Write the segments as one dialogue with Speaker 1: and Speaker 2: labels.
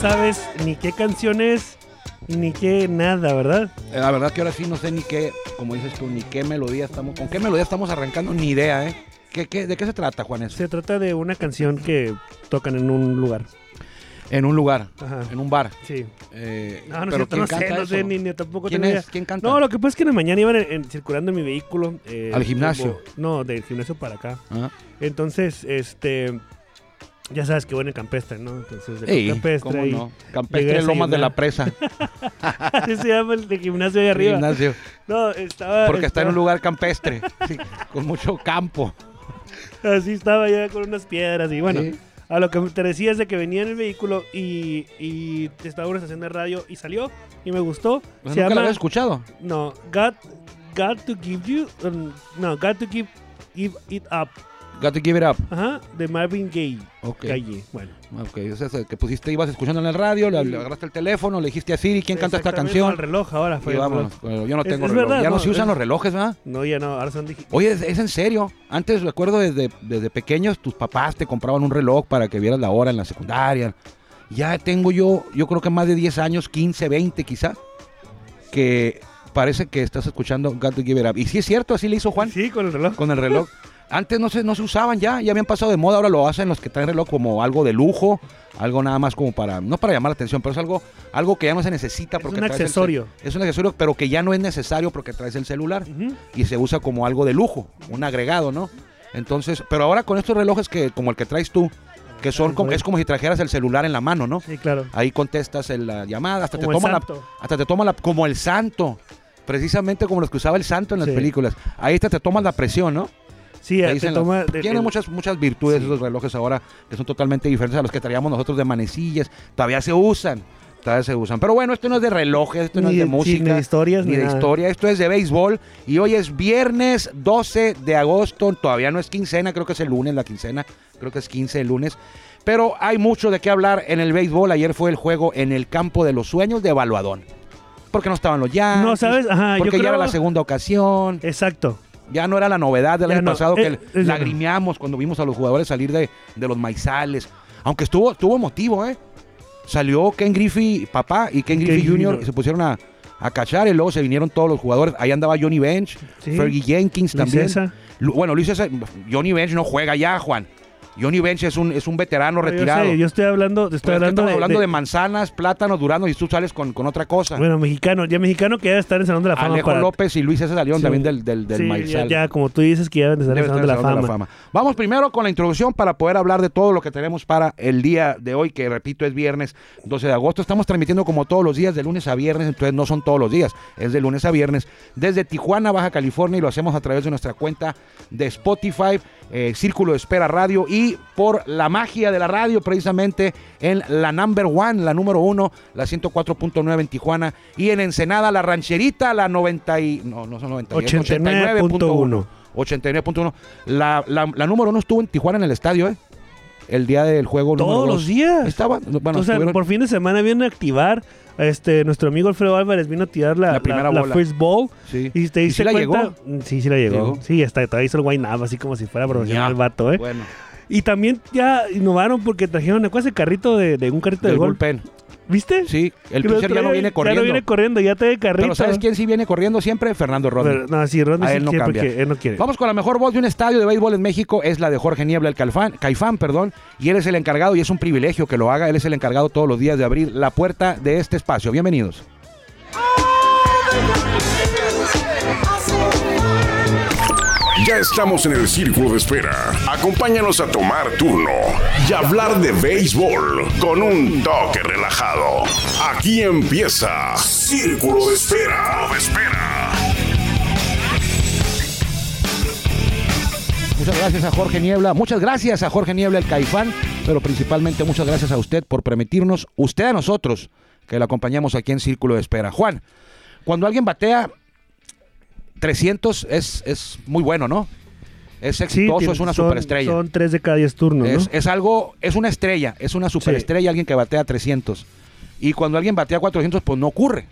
Speaker 1: sabes ni qué canciones ni qué nada, ¿verdad?
Speaker 2: Eh, La verdad que ahora sí no sé ni qué, como dices tú, ni qué melodía estamos, con qué melodía estamos arrancando, ni idea, ¿eh? ¿Qué, qué, de qué se trata, Juanes?
Speaker 1: Se trata de una canción que tocan en un lugar.
Speaker 2: En un lugar,
Speaker 1: Ajá.
Speaker 2: en un bar.
Speaker 1: Sí.
Speaker 2: Eh,
Speaker 1: No, no, es
Speaker 2: pero
Speaker 1: cierto, no
Speaker 2: ¿quién
Speaker 1: sé,
Speaker 2: canta
Speaker 1: no sé,
Speaker 2: eso?
Speaker 1: ni, ni tampoco
Speaker 2: ¿Quién
Speaker 1: tengo
Speaker 2: es?
Speaker 1: idea.
Speaker 2: ¿Quién canta?
Speaker 1: No, lo que pasa es que en la mañana iban en- en- circulando en mi vehículo. eh,
Speaker 2: ¿Al gimnasio?
Speaker 1: rumbo- no, del gimnasio para acá.
Speaker 2: Ah,
Speaker 1: Entonces, este. Ya sabes que voy en el campestre, ¿no? Entonces, del
Speaker 2: sí,
Speaker 1: campestre.
Speaker 2: cómo
Speaker 1: ahí-
Speaker 2: no.
Speaker 1: llegué a
Speaker 2: Campestre Lomas de
Speaker 1: desayunar.
Speaker 2: la Presa.
Speaker 1: Así se llama el de gimnasio de arriba.
Speaker 2: Gimnasio.
Speaker 1: No, estaba.
Speaker 2: Porque está en un
Speaker 1: estaba-
Speaker 2: lugar campestre, sí, con mucho campo.
Speaker 1: Así estaba ya con unas piedras y bueno.
Speaker 2: Sí.
Speaker 1: A lo que te decía es de que venía en el vehículo y, y estaba en una estación de radio y salió y me gustó.
Speaker 2: Pues
Speaker 1: se
Speaker 2: nunca lo
Speaker 1: llama.
Speaker 2: había escuchado.
Speaker 1: No, got, got to give you. um, no, got to give, give it up.
Speaker 2: Got to give it up.
Speaker 1: Ajá, de Marvin Gaye.
Speaker 2: Ok.
Speaker 1: Gaye, bueno.
Speaker 2: Ok, o sea, que pusiste, ibas escuchando en el radio, le, le agarraste el teléfono, le dijiste a Siri quién canta esta
Speaker 1: Exactamente, no,
Speaker 2: canción.
Speaker 1: El reloj ahora Ah, fue.
Speaker 2: Y
Speaker 1: el
Speaker 2: vámonos.
Speaker 1: reloj.
Speaker 2: Bueno, yo no
Speaker 1: Es-
Speaker 2: tengo
Speaker 1: es
Speaker 2: reloj.
Speaker 1: verdad,
Speaker 2: ya no,
Speaker 1: no,
Speaker 2: se usan
Speaker 1: es-
Speaker 2: los relojes, ¿verdad?
Speaker 1: No, ya no, ahora son digi-
Speaker 2: Oye, es, es en serio. Antes recuerdo desde, desde pequeños tus papás te compraban un reloj para que vieras la hora en la secundaria. Ya tengo yo, yo creo que más de 10 años, 15, 20 quizá, que parece que estás escuchando Got to Give It Up. Y sí es cierto, así le hizo Juan
Speaker 1: Sí, con el reloj.
Speaker 2: con el reloj. Antes no se, no se usaban ya, ya habían pasado de moda, ahora lo hacen los que traen reloj como algo de lujo, algo nada más como para, no para llamar la atención, pero es algo, algo que ya no se necesita porque
Speaker 1: un
Speaker 2: traes el cel-
Speaker 1: accesorio.
Speaker 2: es un accesorio, pero que ya no es necesario porque traes el celular
Speaker 1: Ujú.
Speaker 2: y se usa como algo de lujo, un agregado, ¿no? Entonces, pero ahora con estos relojes que, como el que traes tú, que son como, es como si trajeras el celular en la mano, ¿no?
Speaker 1: Sí, claro.
Speaker 2: Ahí contestas el- la llamada, hasta
Speaker 1: Como
Speaker 2: te
Speaker 1: el
Speaker 2: toman la,
Speaker 1: santo.
Speaker 2: hasta te toman la, como el santo, precisamente como los que usaba el santo en las
Speaker 1: Sí.
Speaker 2: películas. Ahí hasta te toman la presión, ¿no?
Speaker 1: Sí,
Speaker 2: Te
Speaker 1: ya, te
Speaker 2: dicen la-
Speaker 1: toma. de-
Speaker 2: tienen
Speaker 1: el-
Speaker 2: muchas, muchas virtudes
Speaker 1: Sí.
Speaker 2: esos relojes ahora que son totalmente diferentes a los que traíamos nosotros de manecillas. Todavía se usan, todavía se usan. Pero bueno, esto no es de relojes, esto no
Speaker 1: Ni
Speaker 2: es de
Speaker 1: de- sí,
Speaker 2: música.
Speaker 1: ni de historias,
Speaker 2: ni,
Speaker 1: ni
Speaker 2: de
Speaker 1: nada.
Speaker 2: historia. Esto es de béisbol. Y hoy es viernes 12 de agosto. Todavía no es quincena, creo que es el lunes la quincena. Creo que es 15 el lunes. Pero hay mucho de qué hablar en el béisbol. Ayer fue el juego en el campo de los sueños de Evaluadón. Porque no estaban los ya.
Speaker 1: No, ¿sabes? Ajá, yo
Speaker 2: Porque ya era
Speaker 1: creo-
Speaker 2: la segunda ocasión.
Speaker 1: Exacto.
Speaker 2: Ya no era la novedad del
Speaker 1: Ya
Speaker 2: año
Speaker 1: no,
Speaker 2: pasado
Speaker 1: eh,
Speaker 2: que
Speaker 1: es
Speaker 2: lagrimeamos cuando vimos a los jugadores salir de, de los maizales. Aunque estuvo, estuvo motivo, ¿eh? Salió Ken Griffey, papá, y Ken Griffey Jr.
Speaker 1: Jr.
Speaker 2: se pusieron a, a cachar y luego se vinieron todos los jugadores. Ahí andaba Johnny Bench,
Speaker 1: Sí.
Speaker 2: Fergie Jenkins
Speaker 1: Luis
Speaker 2: también.
Speaker 1: César.
Speaker 2: Lu- bueno, Luis César, Johnny Bench no juega ya, Juan. Johnny Bench es un, es un veterano
Speaker 1: No, yo
Speaker 2: retirado.
Speaker 1: sé, Yo, estoy hablando, te estoy
Speaker 2: Pero es que
Speaker 1: hablando,
Speaker 2: estamos
Speaker 1: de,
Speaker 2: hablando de,
Speaker 1: de-
Speaker 2: manzanas, plátanos, duranos y tú sales con, con otra cosa.
Speaker 1: Bueno, mexicano, ya mexicano que debe estar en el Salón de la Fama.
Speaker 2: Alejo
Speaker 1: para-
Speaker 2: López y Luis César salieron
Speaker 1: Sí.
Speaker 2: también del, del, del
Speaker 1: Sí, ya,
Speaker 2: maizal.
Speaker 1: ya, como tú dices que ya deben estar en
Speaker 2: Debe
Speaker 1: el Salón de
Speaker 2: estar
Speaker 1: la
Speaker 2: en el Salón
Speaker 1: Fama.
Speaker 2: de la Fama. Vamos primero con la introducción para poder hablar de todo lo que tenemos para el día de hoy, que repito es viernes 12 de agosto. Estamos transmitiendo como todos los días, de lunes a viernes, entonces no son todos los días, es de lunes a viernes, desde Tijuana, Baja California, y lo hacemos a través de nuestra cuenta de Spotify, eh, Círculo de Espera Radio, y por la magia de la radio, precisamente en la number one, la número uno, la 104.9 en Tijuana, y en Ensenada, la rancherita, la 90 y... No, no son 90,
Speaker 1: 89.1.
Speaker 2: 89.1. La, la, la número uno estuvo en Tijuana en el estadio, ¿eh? El día del juego. número
Speaker 1: Todos
Speaker 2: dos.
Speaker 1: los días.
Speaker 2: Estaba. Bueno,
Speaker 1: o sea,
Speaker 2: estuvieron-
Speaker 1: por fin de semana viene a activar. Este, nuestro amigo Alfredo Álvarez vino a tirar la,
Speaker 2: La primera
Speaker 1: la- la
Speaker 2: bola.
Speaker 1: first ball.
Speaker 2: sí.
Speaker 1: Y te
Speaker 2: ¿Y
Speaker 1: diste
Speaker 2: sí la
Speaker 1: cuenta.
Speaker 2: llegó?
Speaker 1: Mm, Sí, sí la llegó.
Speaker 2: Llegó.
Speaker 1: Sí, hasta todavía hizo el wine up, así como si fuera profesional
Speaker 2: Ya.
Speaker 1: el vato, ¿eh?
Speaker 2: Bueno,
Speaker 1: Y también ya innovaron porque trajeron ¿cuál es el carrito de, de un carrito de
Speaker 2: del
Speaker 1: golpe.
Speaker 2: bullpen.
Speaker 1: ¿Viste?
Speaker 2: Sí, el
Speaker 1: Que lo
Speaker 2: pitcher ya no
Speaker 1: trae-
Speaker 2: viene corriendo.
Speaker 1: Ya no viene corriendo, ya trae carrito.
Speaker 2: Pero ¿sabes quién sí viene corriendo siempre? Fernando Rodríguez.
Speaker 1: Pero, no, sí, Rodney
Speaker 2: A
Speaker 1: sí
Speaker 2: él no
Speaker 1: quiere
Speaker 2: cambia.
Speaker 1: porque él no quiere.
Speaker 2: Vamos con la mejor voz de un estadio de béisbol en México, es la de Jorge Niebla, el Calfán- Caifán, perdón, y él es el encargado y es un privilegio que lo haga, él es el encargado todos los días de abrir la puerta de este espacio. Bienvenidos.
Speaker 3: Ya estamos en el círculo de espera. Acompáñanos a tomar turno y hablar de béisbol con un toque relajado. Aquí empieza Círculo de Espera. De espera.
Speaker 2: Muchas gracias a Jorge Niebla, muchas gracias a Jorge Niebla, el Caifán, pero principalmente muchas gracias a usted por permitirnos, usted a nosotros, que lo acompañamos aquí en Círculo de Espera. Juan, cuando alguien batea 300 es, es muy bueno, ¿no? Es
Speaker 1: Sí,
Speaker 2: exitoso,
Speaker 1: tiene-
Speaker 2: es una
Speaker 1: son-
Speaker 2: superestrella.
Speaker 1: Son tres de cada diez turnos,
Speaker 2: Es,
Speaker 1: ¿no?
Speaker 2: es algo, es una estrella, es una superestrella, alguien que batea 300. Y cuando alguien batea 400, pues no ocurre,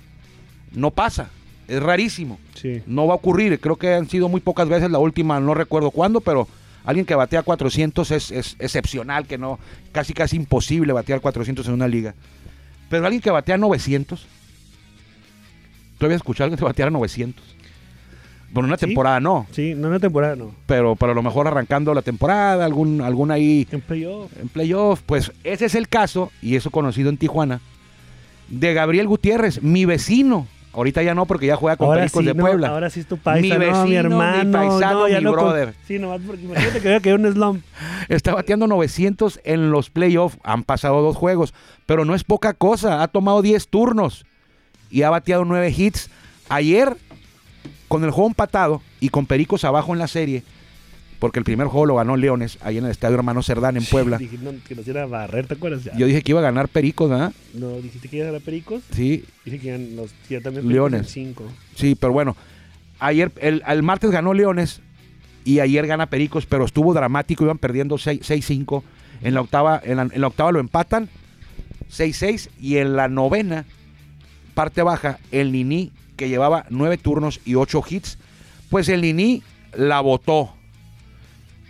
Speaker 2: no pasa, es rarísimo,
Speaker 1: Sí.
Speaker 2: no va a ocurrir. Creo que han sido muy pocas veces, la última no recuerdo cuándo, pero alguien que batea 400 es, es excepcional, que no, casi casi imposible batear 400 en una liga. Pero alguien que batea 900. ¿Tú habías escuchado a alguien que bateara 900? Bueno, una
Speaker 1: Sí.
Speaker 2: temporada no,
Speaker 1: Sí, no en la temporada, no.
Speaker 2: pero, pero a lo mejor arrancando la temporada, algún, algún ahí
Speaker 1: En playoff.
Speaker 2: en playoff. Pues ese es el caso, y eso conocido en Tijuana, de Gabriel Gutiérrez, mi vecino. Ahorita ya no, porque ya juega con
Speaker 1: Ahora
Speaker 2: Pericos
Speaker 1: sí,
Speaker 2: de
Speaker 1: no,
Speaker 2: Puebla.
Speaker 1: ahora sí es tu paisa,
Speaker 2: Mi
Speaker 1: mi, no, mi
Speaker 2: vecino, mi
Speaker 1: hermano,
Speaker 2: paisano,
Speaker 1: no, ya
Speaker 2: mi
Speaker 1: no con-
Speaker 2: brother.
Speaker 1: Sí, nomás porque imagínate que había caído un slump.
Speaker 2: Está bateando 900 en los playoffs. Han pasado dos juegos, pero no es poca cosa. Ha tomado 10 turnos y ha bateado 9 hits. Ayer, con el juego empatado y con Pericos abajo en la serie, porque el primer juego lo ganó Leones, ahí en el Estadio Hermano Cerdán, en Puebla.
Speaker 1: Dije, no, que nos iba a barrer, ¿te acuerdas? Ya.
Speaker 2: Yo dije que iba a ganar Pericos, ¿verdad?
Speaker 1: No, dijiste que ibas a la Pericos.
Speaker 2: Sí,
Speaker 1: Dije que iban los que ya también
Speaker 2: Leones.
Speaker 1: 5.
Speaker 2: sí, pero bueno. Ayer, el, el martes ganó Leones y ayer gana Pericos, pero estuvo dramático, iban perdiendo 6- 6-5. En la octava, en la, en la octava lo empatan, 6-6, y en la novena, parte baja, el Nini, que llevaba nueve turnos y ocho hits, pues el Nini la botó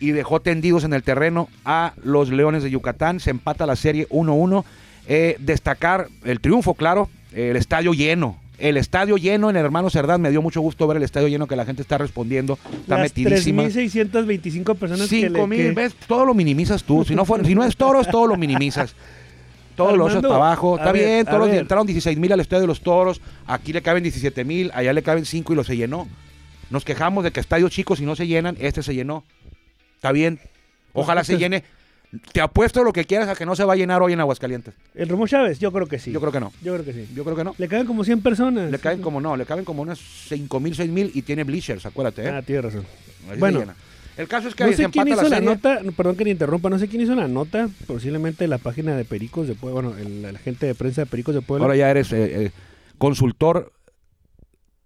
Speaker 2: y dejó tendidos en el terreno a los Leones de Yucatán. Se empata la serie 1-1. Eh, destacar el triunfo, claro, el estadio lleno. El estadio lleno en Hermano Cerdán, me dio mucho gusto ver el estadio lleno que la gente está respondiendo, está
Speaker 1: Las
Speaker 2: metidísima.
Speaker 1: 3.625 personas que le...
Speaker 2: 5 mil,
Speaker 1: que-
Speaker 2: ves, todo lo minimizas tú. Si no, fuera- si no es toros, todo lo minimizas. Todos los
Speaker 1: Armando,
Speaker 2: para abajo.
Speaker 1: a
Speaker 2: Está
Speaker 1: ver,
Speaker 2: bien,
Speaker 1: a
Speaker 2: toros
Speaker 1: ver.
Speaker 2: entraron 16 mil al estadio de los toros. Aquí le caben 17 mil, allá le caben 5 y lo se llenó. Nos quejamos de que estadios chicos y no se llenan, este se llenó. Está bien. Ojalá
Speaker 1: Pues
Speaker 2: se llene. Te apuesto lo que quieras a que no se va a llenar hoy en Aguascalientes.
Speaker 1: ¿El Romo Chávez? Yo creo que sí. Pues
Speaker 2: Yo creo que no.
Speaker 1: Yo creo que sí.
Speaker 2: Yo creo que no.
Speaker 1: Le caen como 100 personas.
Speaker 2: Le caben como no, le caben como unas 5 mil, 6 mil y tiene bleachers, acuérdate. ¿eh?
Speaker 1: Ah, tienes razón.
Speaker 2: Así se
Speaker 1: bueno.
Speaker 2: llena. el caso es que
Speaker 1: No
Speaker 2: se
Speaker 1: sé quién
Speaker 2: empata
Speaker 1: hizo la,
Speaker 2: serie.
Speaker 1: nota, perdón que le interrumpa, no sé quién hizo la nota, posiblemente la página de Pericos de Puebla, bueno, el- la gente de prensa de Pericos de Puebla.
Speaker 2: Ahora ya eres eh, eh, consultor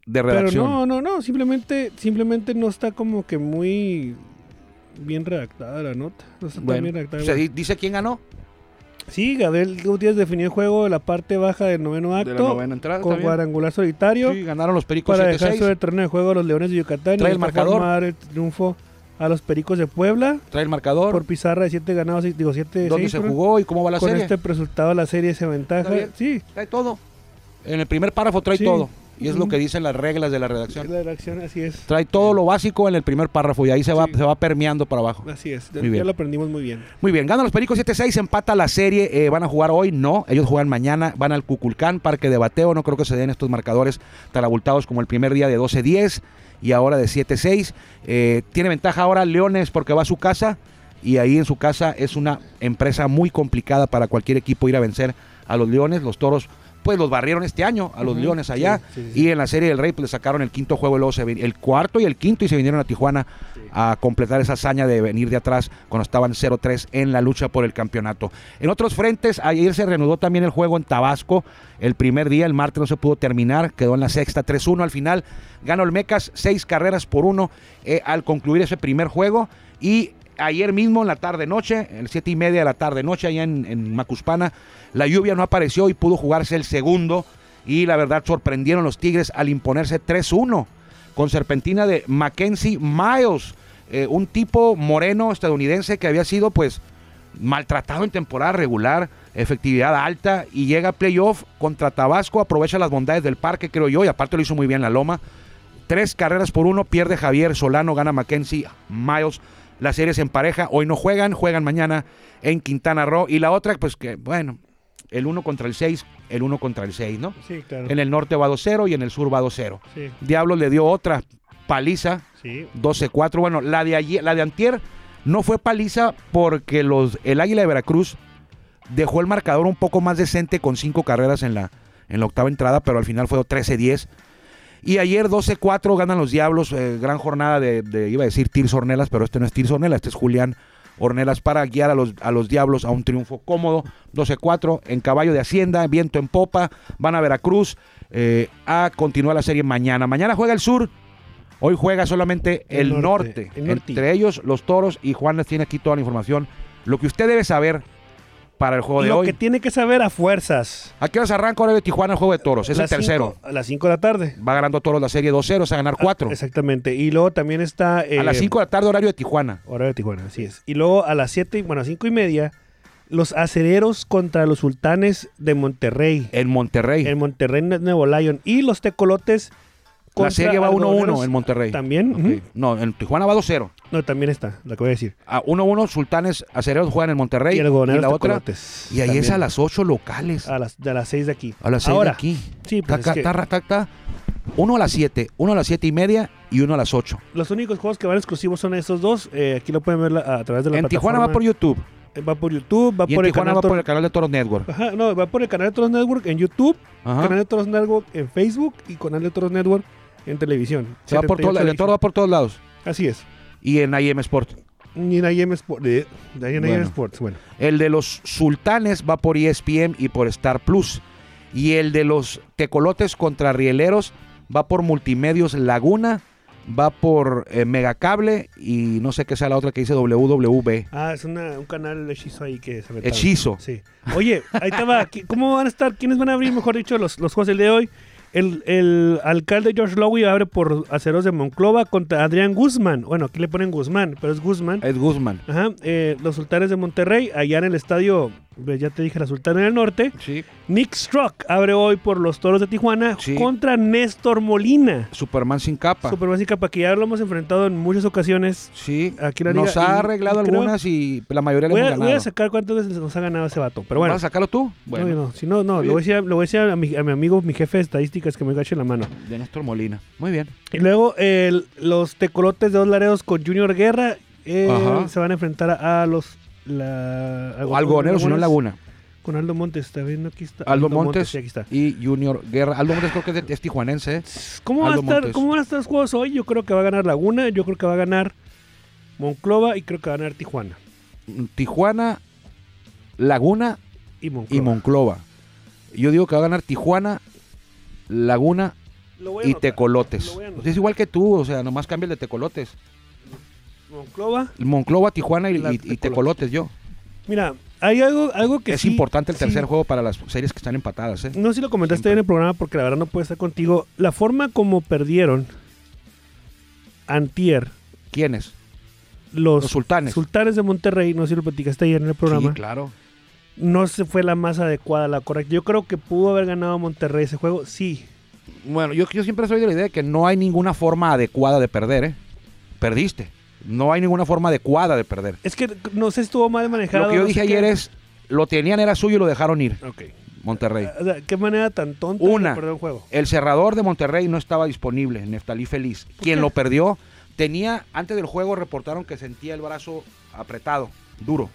Speaker 2: de
Speaker 1: pero
Speaker 2: redacción.
Speaker 1: no, no, no, simplemente, simplemente no está como que muy bien redactada la nota. No está tan
Speaker 2: Bueno,
Speaker 1: bien redactada.
Speaker 2: se di- dice quién ganó.
Speaker 1: Sí, Gabriel Gutiérrez definió el juego de la parte baja del noveno acto
Speaker 2: de la novena entrada.
Speaker 1: con
Speaker 2: está bien.
Speaker 1: cuadrangular solitario
Speaker 2: Sí, ganaron los pericos
Speaker 1: para dejar
Speaker 2: 7-6.
Speaker 1: sobre el terreno de juego a los Leones de Yucatán
Speaker 2: Trae
Speaker 1: y
Speaker 2: el marcador.
Speaker 1: dar el triunfo a los Pericos de Puebla
Speaker 2: Trae el marcador.
Speaker 1: por pizarra de 7 ganados, seis- digo 7
Speaker 2: ¿Dónde se jugó y cómo va la
Speaker 1: con
Speaker 2: serie?
Speaker 1: este resultado la serie se ventaja.
Speaker 2: Está bien.
Speaker 1: Sí,
Speaker 2: Trae todo. En el primer párrafo trae
Speaker 1: Sí.
Speaker 2: todo. Y es lo
Speaker 1: Ujú.
Speaker 2: que dicen las reglas de la
Speaker 1: es
Speaker 2: redacción.
Speaker 1: la reacción así es.
Speaker 2: Trae todo lo básico en el primer párrafo y ahí se va,
Speaker 1: Sí.
Speaker 2: se va permeando para abajo.
Speaker 1: Así es.
Speaker 2: Muy
Speaker 1: ya
Speaker 2: bien.
Speaker 1: lo aprendimos muy bien.
Speaker 2: Muy bien, ganan los Pericos 7-6, empata la serie, eh, van a jugar hoy, no, ellos juegan mañana, van al Cuculcán, parque de bateo, no creo que se den estos marcadores tan abultados como el primer día de 12-10 y ahora de 7-6. Eh, tiene ventaja ahora Leones porque va a su casa y ahí en su casa es una empresa muy complicada para cualquier equipo ir a vencer a los Leones, los Toros. Pues los barrieron este año a los
Speaker 1: Ujú,
Speaker 2: Leones allá
Speaker 1: sí, sí, sí.
Speaker 2: y en la Serie del Rey pues, le sacaron el quinto juego, y luego se vin- el cuarto y el quinto y se vinieron a Tijuana a completar esa hazaña de venir de atrás cuando estaban 0-3 en la lucha por el campeonato. En otros frentes, ayer se reanudó también el juego en Tabasco. El primer día, el martes no se pudo terminar, quedó en la sexta 3-1 al final. Ganó Olmecas, seis carreras por uno eh, al concluir ese primer juego. Y ayer mismo, en la tarde-noche, el siete y media de la tarde-noche, allá en, en Macuspana, la lluvia no apareció y pudo jugarse el segundo. Y la verdad sorprendieron los Tigres al imponerse 3-1 con serpentina de Mackenzie Miles, eh, un tipo moreno estadounidense que había sido pues maltratado en temporada regular, efectividad alta y llega a playoff contra Tabasco, aprovecha las bondades del parque creo yo y aparte lo hizo muy bien la Loma. Tres carreras por uno, pierde Javier Solano, gana Mackenzie Miles. Las series en pareja, hoy no juegan, juegan mañana en Quintana Roo. Y la otra, pues que, bueno, el uno contra el 6, el uno contra el 6, ¿no?
Speaker 1: Sí, claro.
Speaker 2: En el norte va 2-0 y en el sur va 2-0.
Speaker 1: Sí,
Speaker 2: Diablo le dio otra paliza,
Speaker 1: sí.
Speaker 2: 12-4. Bueno, la de ayer, la de antier no fue paliza porque los, el Águila de Veracruz dejó el marcador un poco más decente con cinco carreras en la, en la octava entrada, pero al final fue 13-10. Y ayer 12-4 ganan los Diablos, eh, gran jornada de, de- iba a decir Tirso Ornelas, pero este no es Tirso Ornelas, este es Julián Ornelas para guiar a los, a los Diablos a un triunfo cómodo. 12-4 en caballo de Hacienda, viento en popa, van a Veracruz eh, a continuar la serie mañana. Mañana juega el sur, hoy juega solamente el,
Speaker 1: El
Speaker 2: norte,
Speaker 1: norte, el norte.
Speaker 2: entre ellos los Toros y Juan les tiene aquí toda la información. Lo que usted debe saber para el juego de
Speaker 1: Lo
Speaker 2: hoy.
Speaker 1: que tiene que saber a fuerzas.
Speaker 2: ¿A qué hora se arranca ahora de Tijuana el juego de Toros? Es el
Speaker 1: Las
Speaker 2: tercero.
Speaker 1: cinco- a las 5 de la tarde.
Speaker 2: Va ganando Toros la serie 2-0, se va a ganar 4.
Speaker 1: Ah, exactamente. Y luego también está.
Speaker 2: a las
Speaker 1: eh,
Speaker 2: 5 de la tarde, horario de Tijuana.
Speaker 1: Hora de Tijuana, así es. Y luego a las 7, bueno, a 5 y media, Los acereros contra los sultanes de Monterrey.
Speaker 2: En Monterrey.
Speaker 1: En Monterrey Nuevo Lion. Y los tecolotes
Speaker 2: la serie va 1-1 en Monterrey.
Speaker 1: También.
Speaker 2: Ok.
Speaker 1: ujú.
Speaker 2: No, en Tijuana va 2-0.
Speaker 1: No, también está, la que voy a decir.
Speaker 2: A 1-1, Sultanes Acereros juegan en Monterrey.
Speaker 1: Y algodoneros
Speaker 2: la otra.
Speaker 1: tecolotes.
Speaker 2: Y ahí es
Speaker 1: También.
Speaker 2: a las 8 locales.
Speaker 1: A las, de las 6 de aquí.
Speaker 2: A las 6
Speaker 1: Ahora,
Speaker 2: de aquí.
Speaker 1: Sí, pues
Speaker 2: Taca,
Speaker 1: es que
Speaker 2: tarra, tac, ta. Uno a las 7, uno a las 7 y media y uno a las 8.
Speaker 1: los únicos juegos que van exclusivos son esos dos. Eh, aquí lo pueden ver la- a través de la
Speaker 2: En Tijuana va por
Speaker 1: plataforma.
Speaker 2: YouTube.
Speaker 1: Eh, va por YouTube, va
Speaker 2: y
Speaker 1: por
Speaker 2: en
Speaker 1: el
Speaker 2: Tijuana
Speaker 1: canal
Speaker 2: va por
Speaker 1: Tor-
Speaker 2: el canal de Toro Network.
Speaker 1: Ajá, no, va por el canal de Toros Network en YouTube,
Speaker 2: Ajá.
Speaker 1: canal de Toros Network en Facebook y canal de Toros Network en televisión.
Speaker 2: Se va por
Speaker 1: 78
Speaker 2: todo- el de Toro va por todos lados.
Speaker 1: Así es.
Speaker 2: Y en IM Sport.
Speaker 1: Ni en IM Sport- de- de ahí en IM
Speaker 2: Bueno.
Speaker 1: Sports, bueno.
Speaker 2: El de los Sultanes va por E ESPN y por Star Plus. Y el de los Tecolotes contra Rieleros va por Multimedios Laguna, va por eh, Megacable y no sé qué sea la otra que dice WWB.
Speaker 1: Ah, es una- un canal hechizo ahí que se metaron.
Speaker 2: Hechizo.
Speaker 1: Sí. Oye, ahí estaba. ¿qui- ¿Cómo van a estar? ¿Quiénes van a abrir, mejor dicho, los, los juegos del día de hoy? El, el alcalde George Lowy abre por aceros de Monclova contra Adrián Guzmán. Bueno, aquí le ponen Guzmán, pero es Guzmán.
Speaker 2: Ed Guzmán.
Speaker 1: Ajá, eh, los sultanes de Monterrey, allá en el estadio, eh, ya te dije, la sultana del norte.
Speaker 2: Sí.
Speaker 1: Nick Strock abre hoy por los toros de Tijuana
Speaker 2: Sí.
Speaker 1: contra Néstor Molina.
Speaker 2: Superman sin capa.
Speaker 1: Super básica, para que ya lo hemos enfrentado en muchas ocasiones.
Speaker 2: sí.
Speaker 1: Aquí en la
Speaker 2: Nos
Speaker 1: liga.
Speaker 2: ha
Speaker 1: Y-
Speaker 2: arreglado
Speaker 1: y creo-
Speaker 2: algunas y la mayoría le
Speaker 1: Voy
Speaker 2: hemos
Speaker 1: a,
Speaker 2: ganado.
Speaker 1: voy a sacar cuántas veces nos ha ganado ese vato, pero bueno.
Speaker 2: ¿Vas a sacarlo tú? Bueno,
Speaker 1: No, no, si no, no, le voy a decir, a- le voy a, decir a, mi, a mi amigo, mi jefe de estadísticas, que me gache la mano.
Speaker 2: de Néstor Molina. Muy bien.
Speaker 1: Y luego el- los tecolotes de dos laredos con Junior Guerra eh,
Speaker 2: Ajá.
Speaker 1: se van a enfrentar a, a los. La,
Speaker 2: Algonero, sino Laguna.
Speaker 1: Con Aldo Montes, está viendo aquí está.
Speaker 2: Aldo Montes,
Speaker 1: sí, aquí está.
Speaker 2: y Junior Guerra. Aldo Montes creo que es, de- es tijuanense. ¿eh?
Speaker 1: ¿Cómo, va a
Speaker 2: Aldo
Speaker 1: estar-
Speaker 2: Montes.
Speaker 1: ¿Cómo van a estar los juegos hoy? Yo creo que va a ganar Laguna, yo creo que va a ganar Monclova y creo que va a ganar Tijuana.
Speaker 2: Tijuana, Laguna
Speaker 1: Y Monclova.
Speaker 2: y Monclova. Yo digo que va a ganar Tijuana, Laguna
Speaker 1: Lo voy a
Speaker 2: y
Speaker 1: anotar. Lo
Speaker 2: Tecolotes.
Speaker 1: voy a anotar.
Speaker 2: Es igual que tú, o sea, nomás cambia el de Tecolotes.
Speaker 1: Monclova.
Speaker 2: Monclova, Tijuana y,
Speaker 1: La-
Speaker 2: y- y
Speaker 1: Tecolotes.
Speaker 2: Tecolotes, yo.
Speaker 1: Mira, hay algo, algo que
Speaker 2: es
Speaker 1: sí-
Speaker 2: importante el
Speaker 1: sí-
Speaker 2: tercer juego para las series que están empatadas. ¿eh?
Speaker 1: No sé si lo comentaste
Speaker 2: Siempre.
Speaker 1: en el programa porque la verdad no puede estar contigo. La forma como perdieron Antier
Speaker 2: ¿Quiénes?
Speaker 1: los,
Speaker 2: Los sultanes.
Speaker 1: de Monterrey, no sé si lo platicaste ayer en el programa,
Speaker 2: Sí, claro.
Speaker 1: no se fue la más adecuada, la correcta. Yo creo que pudo haber ganado Monterrey ese juego, sí.
Speaker 2: Bueno, yo, yo siempre soy de la idea de que no hay ninguna forma adecuada de perder. ¿eh? Perdiste. No hay ninguna forma adecuada de perder.
Speaker 1: Es que no sé si estuvo mal manejado.
Speaker 2: lo que yo
Speaker 1: no sé
Speaker 2: dije
Speaker 1: qué-
Speaker 2: ayer es, lo tenían era suyo y lo dejaron ir,
Speaker 1: Ok.
Speaker 2: Monterrey.
Speaker 1: O sea, qué manera tan tonta
Speaker 2: Una.
Speaker 1: de perder un juego.
Speaker 2: El cerrador de Monterrey no estaba disponible, Neftalí Feliz. Quien
Speaker 1: qué?
Speaker 2: lo perdió tenía, antes del juego reportaron que sentía el brazo apretado, duro,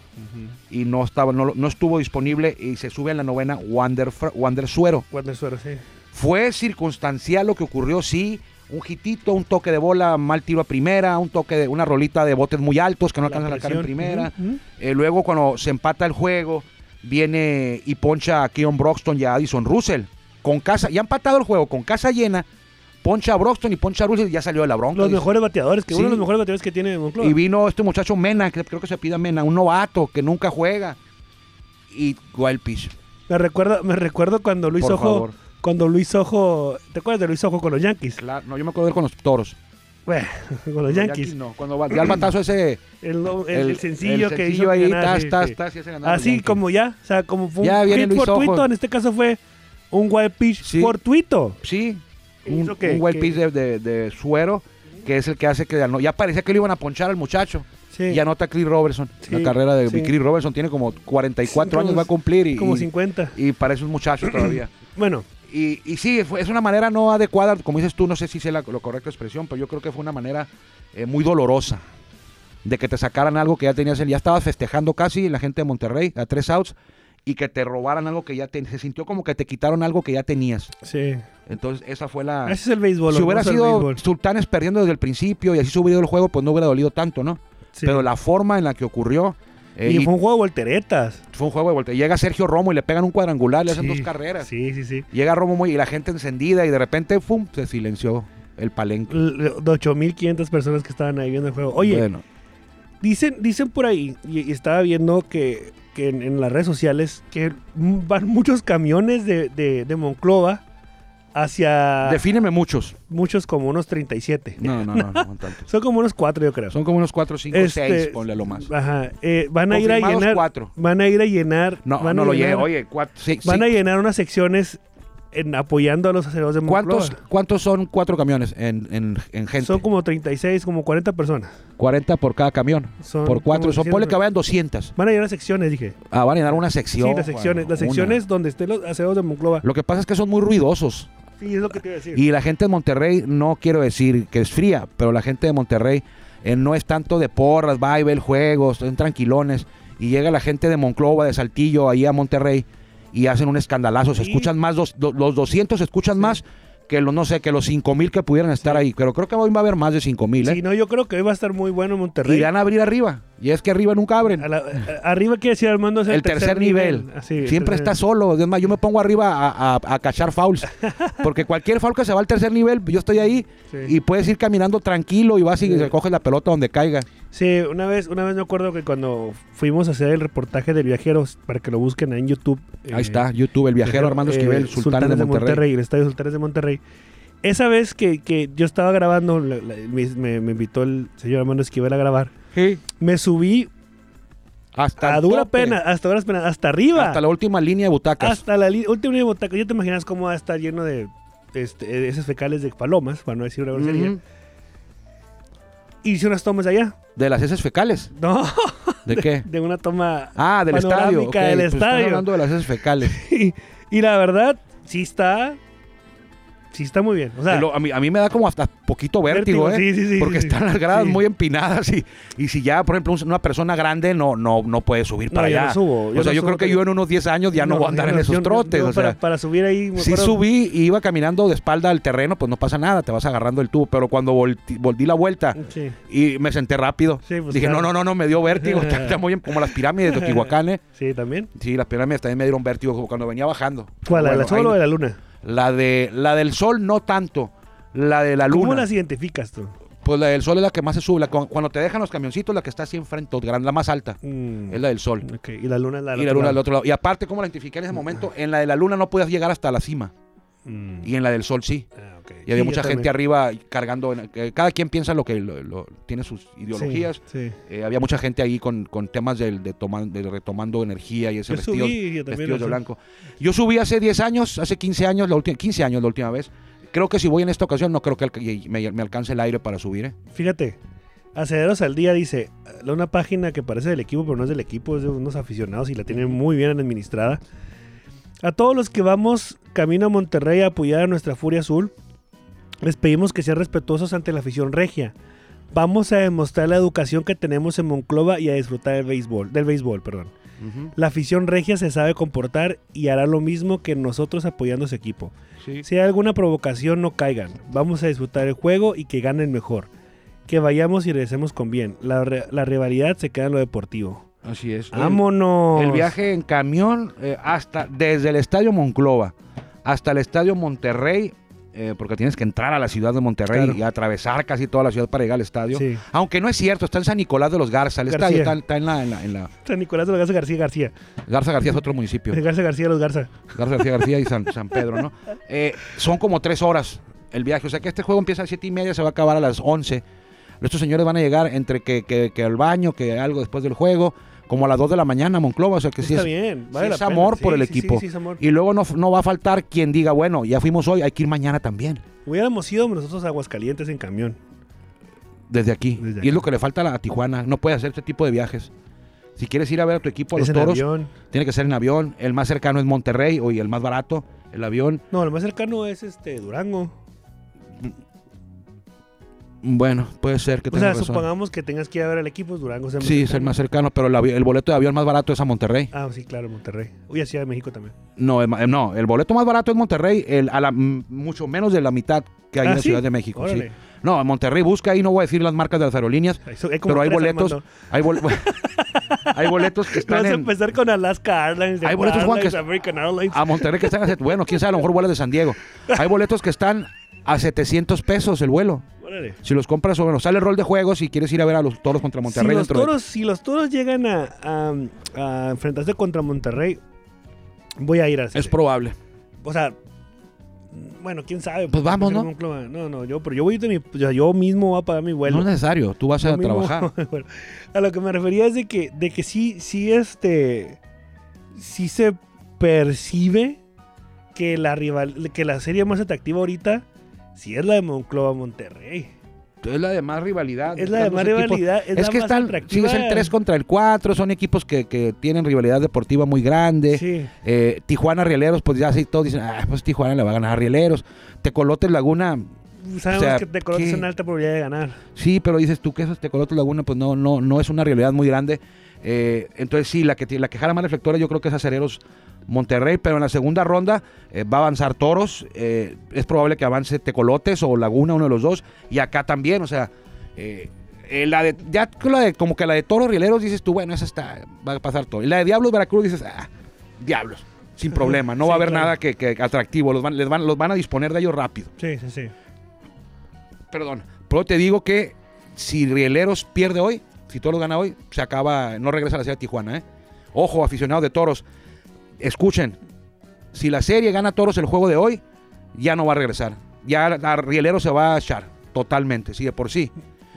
Speaker 2: y no, estaba, no, lo- no estuvo disponible y se sube en la novena Wander, Fra- Wander Suero.
Speaker 1: Wander Suero, sí.
Speaker 2: Fue circunstancial lo que ocurrió, sí. Un jitito, un toque de bola, mal tiro a primera, un toque de una rolita de botes muy altos que no
Speaker 1: La
Speaker 2: alcanzan a sacar en
Speaker 1: presión,
Speaker 2: primera.
Speaker 1: ujú, ujú.
Speaker 2: Eh, luego, cuando se empata el juego, viene y poncha a Keon Broxton y a Addison Russell. Con casa, ya empatado el juego, con casa llena, poncha a Broxton y poncha a Russell y ya salió de la bronca.
Speaker 1: Los
Speaker 2: dice.
Speaker 1: mejores bateadores, que uno de
Speaker 2: Sí.
Speaker 1: los mejores bateadores que tiene Monclova.
Speaker 2: Y vino este muchacho Mena, que creo que se pida Mena, un novato que nunca juega. Y go al pitch.
Speaker 1: Me recuerdo, me recuerdo cuando Luis
Speaker 2: Por
Speaker 1: Ojo,
Speaker 2: favor.
Speaker 1: cuando Luis Ojo, ¿te acuerdas de Luis Ojo con los Yankees?
Speaker 2: Claro, no, yo me acuerdo de él con los toros.
Speaker 1: Bueno, con los
Speaker 2: Los
Speaker 1: Yankees.
Speaker 2: Yankees no, cuando va- ya el batazo ese.
Speaker 1: El, el- el
Speaker 2: el
Speaker 1: sencillo que
Speaker 2: sencillo
Speaker 1: hizo
Speaker 2: ahí,
Speaker 1: ganar,
Speaker 2: tas,
Speaker 1: sí,
Speaker 2: tas,
Speaker 1: sí.
Speaker 2: tas, y ese ganaron los
Speaker 1: Así
Speaker 2: Yankees.
Speaker 1: como ya, o sea, como fue un
Speaker 2: Ya viene
Speaker 1: hit
Speaker 2: Luis Ojo.
Speaker 1: fortuito, en este caso fue un wild pitch
Speaker 2: Sí.
Speaker 1: fortuito.
Speaker 2: Sí,
Speaker 1: Hizo
Speaker 2: un,
Speaker 1: que-
Speaker 2: un wild
Speaker 1: que-
Speaker 2: pitch de, de- de suero, que es el que hace que ya, no- ya parecía que le iban a ponchar al muchacho.
Speaker 1: Sí.
Speaker 2: Y anota Chris Robertson.
Speaker 1: Sí,
Speaker 2: la carrera de
Speaker 1: sí.
Speaker 2: Chris Robertson tiene como 44
Speaker 1: Como
Speaker 2: años, va a cumplir. Y,
Speaker 1: como
Speaker 2: y-
Speaker 1: 50.
Speaker 2: y parece un muchacho todavía.
Speaker 1: Bueno,
Speaker 2: Y, y sí, fue- es una manera no adecuada, como dices tú, no sé si sea la, la correcta expresión, pero yo creo que fue una manera eh, muy dolorosa de que te sacaran algo que ya tenías, ya estabas festejando casi la gente de Monterrey a tres outs y que te robaran algo que ya te, se sintió como que te quitaron algo que ya tenías.
Speaker 1: sí.
Speaker 2: Entonces esa fue la...
Speaker 1: Ese es el béisbol.
Speaker 2: Ah. si
Speaker 1: lo
Speaker 2: hubiera
Speaker 1: hermoso del
Speaker 2: sido
Speaker 1: béisbol.
Speaker 2: Sultanes perdiendo desde el principio y así se hubiera ido el juego, pues no hubiera dolido tanto, ¿no?
Speaker 1: Sí.
Speaker 2: Pero la forma en la que ocurrió... eh,
Speaker 1: y
Speaker 2: y
Speaker 1: fue un juego de volteretas.
Speaker 2: fue un juego de vuelta. Llega Sergio Romo y le pegan un cuadrangular, le hacen
Speaker 1: Sí,
Speaker 2: dos carreras.
Speaker 1: Sí, sí, sí.
Speaker 2: Llega Romo muy y la gente encendida y de repente, ¡pum!, se silenció el palenque.
Speaker 1: L- de 8.500 personas que estaban ahí viendo el juego. Oye,
Speaker 2: Bueno,
Speaker 1: Dicen, dicen por ahí, y, y estaba viendo que, que en, en las redes sociales, que m- van muchos camiones de, de- de Monclova hacia
Speaker 2: Defíneme muchos.
Speaker 1: muchos como unos 37.
Speaker 2: No, no, no, no, no tantos.
Speaker 1: Son como unos 4, yo creo.
Speaker 2: Son como unos 4, 5,
Speaker 1: Este,
Speaker 2: 6, ponle a lo más.
Speaker 1: Ajá. eh, van a ir a
Speaker 2: Confirmados
Speaker 1: llenar.
Speaker 2: cuatro.
Speaker 1: Van a ir a llenar.
Speaker 2: No,
Speaker 1: van
Speaker 2: no
Speaker 1: a
Speaker 2: lo
Speaker 1: llenar-
Speaker 2: llevo. Oye, 4, 6,
Speaker 1: Van a llenar unas secciones en, apoyando a los sacerdotes de Monclova.
Speaker 2: ¿Cuántos, ¿Cuántos son cuatro camiones en, en, en gente?
Speaker 1: Son como 36, como 40 personas.
Speaker 2: 40 por cada camión.
Speaker 1: Son
Speaker 2: por cuatro.
Speaker 1: como
Speaker 2: Son,
Speaker 1: 200.
Speaker 2: ponle que vayan 200.
Speaker 1: Van a llenar secciones, dije.
Speaker 2: Ah, van a llenar una sección.
Speaker 1: sí, las secciones.
Speaker 2: bueno,
Speaker 1: las
Speaker 2: una.
Speaker 1: secciones donde estén los aceros de Monclova.
Speaker 2: Lo que pasa es que son muy ruidosos.
Speaker 1: Sí, es lo que te iba a decir.
Speaker 2: Y la gente de Monterrey, no quiero decir que es fría, pero la gente de Monterrey eh, no es tanto de porras, va y ve el juego, están tranquilones. Y llega la gente de Monclova, de Saltillo, ahí a Monterrey y hacen un escandalazo. Se
Speaker 1: Sí.
Speaker 2: escuchan más, dos- do- los 200 se escuchan más que los, no sé, que los 5 mil que pudieran estar ahí. Pero creo que hoy va a haber más de 5 mil, ¿eh?
Speaker 1: Sí, no, yo creo que hoy va a estar muy bueno
Speaker 2: y
Speaker 1: Monterrey.
Speaker 2: van a abrir arriba. Y es que arriba nunca abren.
Speaker 1: A la- a- arriba quiere decir Armando es
Speaker 2: el,
Speaker 1: el,
Speaker 2: tercer, nivel.
Speaker 1: Así, el
Speaker 2: Siempre
Speaker 1: tercer-
Speaker 2: está solo. Es más, yo me pongo arriba a, a- a cachar fouls. Porque cualquier foul que se va al tercer nivel, yo estoy ahí
Speaker 1: Sí.
Speaker 2: y puedes ir caminando tranquilo y vas y
Speaker 1: Sí.
Speaker 2: recoges la pelota donde caiga.
Speaker 1: Sí, una vez, una vez me acuerdo que cuando fuimos a hacer el reportaje del viajeros, para que lo busquen ahí en YouTube. eh,
Speaker 2: Ahí está, YouTube, el viajero Armando
Speaker 1: eh,
Speaker 2: Esquivel, Sultanes de Monterrey.
Speaker 1: el Estadio Sultanes de Monterrey. Esa vez que, que yo estaba grabando, la- la- me, me- me invitó el señor Armando Esquivel a grabar, me subí
Speaker 2: Hasta el
Speaker 1: a dura
Speaker 2: tope,
Speaker 1: pena, hasta duras penas, hasta arriba.
Speaker 2: Hasta la última línea de butacas.
Speaker 1: Hasta la li- última línea de butaca. Ya te imaginas cómo va a estar lleno de este, de esas fecales de palomas, para no decir una
Speaker 2: Ujú.
Speaker 1: grosería. Hice unas tomas allá.
Speaker 2: De las heces fecales.
Speaker 1: No,
Speaker 2: ¿De qué?
Speaker 1: de una toma
Speaker 2: Ah, del estadio.
Speaker 1: panorámica
Speaker 2: ok,
Speaker 1: del
Speaker 2: pues están
Speaker 1: estadio.
Speaker 2: hablando de las heces fecales.
Speaker 1: y, y la verdad, sí está. Sí está muy bien. O sea,
Speaker 2: Lo- a, mí, a mí me da como hasta poquito vértigo,
Speaker 1: Vértigo,
Speaker 2: ¿eh?
Speaker 1: sí, sí, sí,
Speaker 2: Porque
Speaker 1: sí, sí.
Speaker 2: están las gradas
Speaker 1: Sí.
Speaker 2: muy empinadas y, y si ya, por ejemplo, un- una persona grande no, no, no puede subir
Speaker 1: No,
Speaker 2: para
Speaker 1: yo
Speaker 2: allá.
Speaker 1: no subo, yo
Speaker 2: o sea,
Speaker 1: no
Speaker 2: yo
Speaker 1: subo,
Speaker 2: creo que
Speaker 1: pero-
Speaker 2: yo en unos 10 años ya no, voy a andar
Speaker 1: yo
Speaker 2: en esos
Speaker 1: yo-
Speaker 2: trotes.
Speaker 1: yo
Speaker 2: o sea,
Speaker 1: para, para subir ahí. me
Speaker 2: si
Speaker 1: acuerdo-
Speaker 2: subí y iba caminando de espalda al terreno, pues no pasa nada, te vas agarrando el tubo. Pero cuando volti- volví la vuelta
Speaker 1: Sí.
Speaker 2: y me senté rápido,
Speaker 1: Sí, pues,
Speaker 2: dije,
Speaker 1: claro.
Speaker 2: no, no, no, no, me dio vértigo. está, está muy bien, como las pirámides de Teotihuacán, ¿eh?
Speaker 1: Sí, también.
Speaker 2: Sí, las pirámides también me dieron vértigo como cuando venía bajando.
Speaker 1: ¿Cuál? ¿La
Speaker 2: Bueno,
Speaker 1: del sol
Speaker 2: ahí-
Speaker 1: o de la luna?
Speaker 2: la de la del sol no tanto, la de la luna.
Speaker 1: ¿Cómo las identificas tú?
Speaker 2: Pues la del sol es la que más se sube. la cu- cuando te dejan los camioncitos, la que está así enfrente, gran- la más alta,
Speaker 1: Mm,
Speaker 2: es la del sol.
Speaker 1: ok, Y la luna es la
Speaker 2: Y la luna al otro lado. Y aparte, ¿cómo la identifiqué en ese momento? En la de la luna no podías llegar hasta la cima.
Speaker 1: Mm,
Speaker 2: Y en la del sol sí.
Speaker 1: ah, ok.
Speaker 2: Y
Speaker 1: Sí,
Speaker 2: había mucha
Speaker 1: yo
Speaker 2: gente
Speaker 1: también.
Speaker 2: arriba cargando. en- que cada quien piensa lo que lo- lo- tiene sus ideologías.
Speaker 1: Sí, sí.
Speaker 2: Eh, había mucha gente ahí con, con temas del- de, toma- de retomando energía y ese
Speaker 1: Yo
Speaker 2: vestido
Speaker 1: subí, yo también
Speaker 2: vestidos
Speaker 1: lo
Speaker 2: de
Speaker 1: sé.
Speaker 2: blanco. Yo subí hace 10 años, hace 15 años, la última, 15 años la última vez. Creo que si voy en esta ocasión, no creo que alca- me, me alcance el aire para subir. ¿eh?
Speaker 1: Fíjate, Acederos al Día dice, "La- una página que parece del equipo, pero no es del equipo, es de unos aficionados y la tienen muy bien administrada. A todos los que vamos camino a Monterrey a apoyar a nuestra Furia Azul, les pedimos que sean respetuosos ante la afición regia. Vamos a demostrar la educación que tenemos en Monclova y a disfrutar del béisbol, del béisbol, perdón. La afición regia se sabe comportar y hará lo mismo que nosotros apoyando a su equipo. Si hay alguna provocación, no caigan. Vamos a disfrutar el juego y que ganen mejor. Que vayamos y regresemos con bien. La, re- la rivalidad se queda en lo deportivo.
Speaker 2: Así es.
Speaker 1: ¡Vámonos!
Speaker 2: El viaje en camión eh, hasta desde el Estadio Monclova hasta el Estadio Monterrey, eh, porque tienes que entrar a la ciudad de Monterrey
Speaker 1: Claro.
Speaker 2: y atravesar casi toda la ciudad para llegar al estadio.
Speaker 1: Sí.
Speaker 2: Aunque no es cierto, está en San Nicolás de los Garza, el
Speaker 1: García.
Speaker 2: estadio está, está en, la, en la- en la-
Speaker 1: San Nicolás de los Garza García García.
Speaker 2: Garza García es otro municipio.
Speaker 1: Garza García de los Garza.
Speaker 2: Garza García García y San, San Pedro, ¿no? Eh, son como tres horas el viaje. O sea que este juego empieza a las siete y media, se va a acabar a las 11. Estos señores van a llegar entre que, que, que al baño, que algo después del juego, como a las 2 de la mañana, Monclova. O sea que sí
Speaker 1: Está
Speaker 2: es,
Speaker 1: bien.
Speaker 2: sí
Speaker 1: Vale la
Speaker 2: es
Speaker 1: pena.
Speaker 2: amor por
Speaker 1: Sí,
Speaker 2: el
Speaker 1: sí, sí,
Speaker 2: equipo.
Speaker 1: sí, es amor.
Speaker 2: Y luego no, no va a faltar quien diga, bueno, ya fuimos hoy, hay que ir mañana también,
Speaker 1: Hubiéramos ido nosotros a Aguascalientes en camión.
Speaker 2: desde aquí.
Speaker 1: Desde
Speaker 2: Y
Speaker 1: aquí.
Speaker 2: es lo que le falta a, la- a Tijuana. No puede hacer este tipo de viajes. Si quieres ir a ver a tu equipo a
Speaker 1: Es
Speaker 2: los
Speaker 1: en
Speaker 2: toros,
Speaker 1: avión.
Speaker 2: tiene que ser en avión. El más cercano es Monterrey, o y el más barato, el avión.
Speaker 1: No, lo más cercano es este Durango.
Speaker 2: Bueno, puede ser que
Speaker 1: O
Speaker 2: tenga
Speaker 1: sea,
Speaker 2: razón.
Speaker 1: supongamos que tengas que ir a ver al equipo, Durango es el más
Speaker 2: Sí, es el
Speaker 1: cercano.
Speaker 2: más cercano, pero el, avi- el boleto de avión más barato es a Monterrey.
Speaker 1: Ah, sí, claro, Monterrey. Uy, a Ciudad de México también.
Speaker 2: No, el, ma- no, el boleto más barato es Monterrey, el, a la, m- mucho menos de la mitad que hay
Speaker 1: Ah,
Speaker 2: en la
Speaker 1: ¿sí?
Speaker 2: Ciudad de México. sí.
Speaker 1: Órale.
Speaker 2: No, en Monterrey busca ahí, no voy a decir las marcas de las aerolíneas,
Speaker 1: Hay- hay como
Speaker 2: pero hay
Speaker 1: tres,
Speaker 2: boletos,
Speaker 1: Armando.
Speaker 2: hay, bol- hay boletos que
Speaker 1: Vas
Speaker 2: están
Speaker 1: a
Speaker 2: en,
Speaker 1: empezar con Alaska Airlines.
Speaker 2: Hay boletos, Ah. Juan, que
Speaker 1: Airlines,
Speaker 2: es-
Speaker 1: American Airlines.
Speaker 2: a Monterrey que están a, set- bueno, quién sabe, a lo mejor vuelas de San Diego. Hay boletos que están a 700 pesos el vuelo.
Speaker 1: Órale.
Speaker 2: Si los compras, o bueno, sale el rol de juegos y quieres ir a ver a los toros contra
Speaker 1: Si
Speaker 2: Monterrey
Speaker 1: los,
Speaker 2: dentro de-
Speaker 1: toros, si los toros llegan a, a- a enfrentarse contra Monterrey, voy a ir a
Speaker 2: Es probable.
Speaker 1: O sea, Bueno, quién sabe.
Speaker 2: Pues vamos,
Speaker 1: Pero
Speaker 2: ¿no?
Speaker 1: Monclova- No, no, yo, pero yo voy de mi, o sea, yo mismo voy a pagar mi vuelo.
Speaker 2: no es necesario, tú vas a
Speaker 1: Yo mismo-
Speaker 2: trabajar.
Speaker 1: Bueno, a lo que me refería es de que, de que sí, sí, este, sí se percibe que la rival, que la serie más atractiva ahorita, sí es la de Monclova Monterrey.
Speaker 2: Es la de más rivalidad.
Speaker 1: Es la de
Speaker 2: están
Speaker 1: más
Speaker 2: los equipos-
Speaker 1: rivalidad. Es,
Speaker 2: Es
Speaker 1: la
Speaker 2: que
Speaker 1: más
Speaker 2: están, sí,
Speaker 1: atractiva.
Speaker 2: es el 3 contra el 4, son equipos que, que tienen rivalidad deportiva muy grande.
Speaker 1: Sí.
Speaker 2: Eh, Tijuana Rieleros, pues ya así todos dicen, ah, pues Tijuana le va a ganar a Rieleros. Tecolotes Laguna,
Speaker 1: Sabemos
Speaker 2: O sea,
Speaker 1: que te conoces
Speaker 2: ¿qué?
Speaker 1: una alta probabilidad de ganar.
Speaker 2: sí, pero dices tú que esos Tecolotes Laguna, pues no, no, no es una rivalidad muy grande. Eh, entonces sí, la que, ti- la que jala más reflectores yo creo que es Acereros Monterrey, pero en la segunda ronda eh, va a avanzar Toros, eh, es probable que avance Tecolotes o Laguna, uno de los dos, y acá también, o sea, eh, eh, la de, ya la de- como que la de Toros Rieleros dices tú, bueno, esa está, va a pasar todo. Y la de Diablos Veracruz dices, ah, Diablos, sin problema, no
Speaker 1: Sí,
Speaker 2: va a haber
Speaker 1: claro.
Speaker 2: nada que, que atractivo, los van, les van, los van a disponer de ellos rápido
Speaker 1: Sí, sí, sí.
Speaker 2: perdón, pero te digo que si Rieleros pierde hoy, si Toros gana hoy, se acaba, no regresa a la serie de Tijuana, ¿eh? Ojo, aficionados de Toros, escuchen, si la serie gana Toros el juego de hoy, ya no va a regresar. Ya a Rieleros se va a echar totalmente, si de por sí.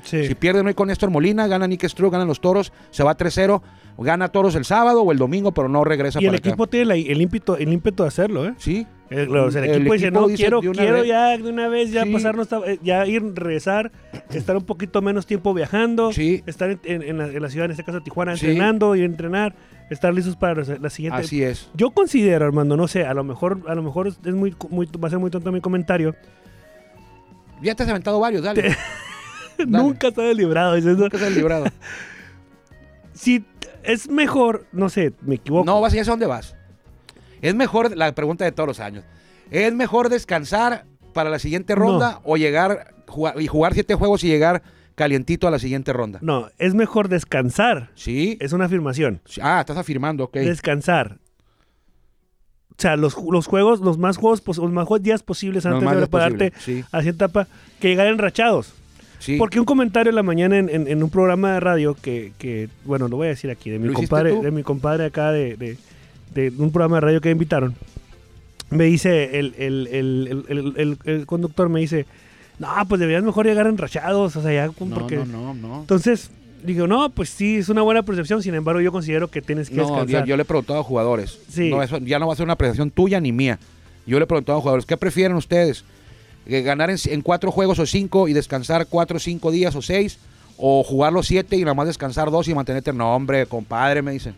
Speaker 1: Sí.
Speaker 2: Si pierden hoy con Néstor Molina, gana Nick Struck, ganan los Toros, se va 3-0, gana Toros el sábado o el domingo, pero no regresa
Speaker 1: y el
Speaker 2: para acá.
Speaker 1: equipo tiene la- el, ímpetu, el ímpetu de hacerlo, ¿eh?
Speaker 2: Sí,
Speaker 1: El, o sea, el
Speaker 2: El
Speaker 1: equipo dice,
Speaker 2: equipo
Speaker 1: no,
Speaker 2: dice
Speaker 1: quiero,
Speaker 2: de una
Speaker 1: quiero
Speaker 2: vez".
Speaker 1: ya de una vez, ya
Speaker 2: Sí.
Speaker 1: pasarnos, esta- eh, ya ir, regresar, estar un poquito menos tiempo viajando,
Speaker 2: Sí.
Speaker 1: estar en, en- en la, en la ciudad, en este caso Tijuana,
Speaker 2: Sí.
Speaker 1: entrenando y entrenar, estar listos para la- la siguiente.
Speaker 2: así es.
Speaker 1: Yo considero, Armando, no sé, a lo mejor, a lo mejor es muy, muy, va a ser muy tonto mi comentario,
Speaker 2: Ya te has aventado varios, dale. Dale.
Speaker 1: nunca está librado, dices, ¿no?
Speaker 2: Nunca se ha librado.
Speaker 1: si t- es mejor, no sé, me equivoco.
Speaker 2: No, vas a ir a dónde vas. Es mejor, la pregunta de todos los años, ¿es mejor descansar para la siguiente
Speaker 1: No.
Speaker 2: ronda o llegar jugar- y jugar siete juegos y llegar calientito a la siguiente ronda?
Speaker 1: no, es mejor descansar,
Speaker 2: Sí.
Speaker 1: es una afirmación.
Speaker 2: Sí, Ah, estás afirmando, ok.
Speaker 1: descansar. O sea, los, ju- los juegos, los más juegos, pos- los más jue- días posibles
Speaker 2: Lo
Speaker 1: antes
Speaker 2: más
Speaker 1: de
Speaker 2: es
Speaker 1: prepararte
Speaker 2: posible, Sí,
Speaker 1: a cierta etapa, que llegar enrachados.
Speaker 2: sí.
Speaker 1: Porque un comentario en la mañana en, en- en un programa de radio que, que, bueno, lo voy a decir aquí, de mi
Speaker 2: ¿Lo hiciste
Speaker 1: compadre,
Speaker 2: tú?
Speaker 1: de mi compadre acá de, de- de un programa de radio que me invitaron, me dice el, el- el- el- el- el- el conductor, me dice, no, pues deberías mejor llegar enrachados, o sea, ya
Speaker 2: no,
Speaker 1: porque...
Speaker 2: no, no, no.
Speaker 1: Entonces, digo, no, pues sí, es una buena percepción, sin embargo, yo considero que tienes que
Speaker 2: No,
Speaker 1: descansar.
Speaker 2: yo, yo le he preguntado a jugadores.
Speaker 1: Sí.
Speaker 2: No, eso ya no va a ser una apreciación tuya ni mía. Yo le he preguntado a jugadores, ¿qué prefieren ustedes? Eh, ¿Ganar en, en cuatro juegos o cinco y descansar cuatro, cinco días o seis? ¿O jugar los siete y nada más descansar dos y mantenerte? No, hombre, compadre, me dicen.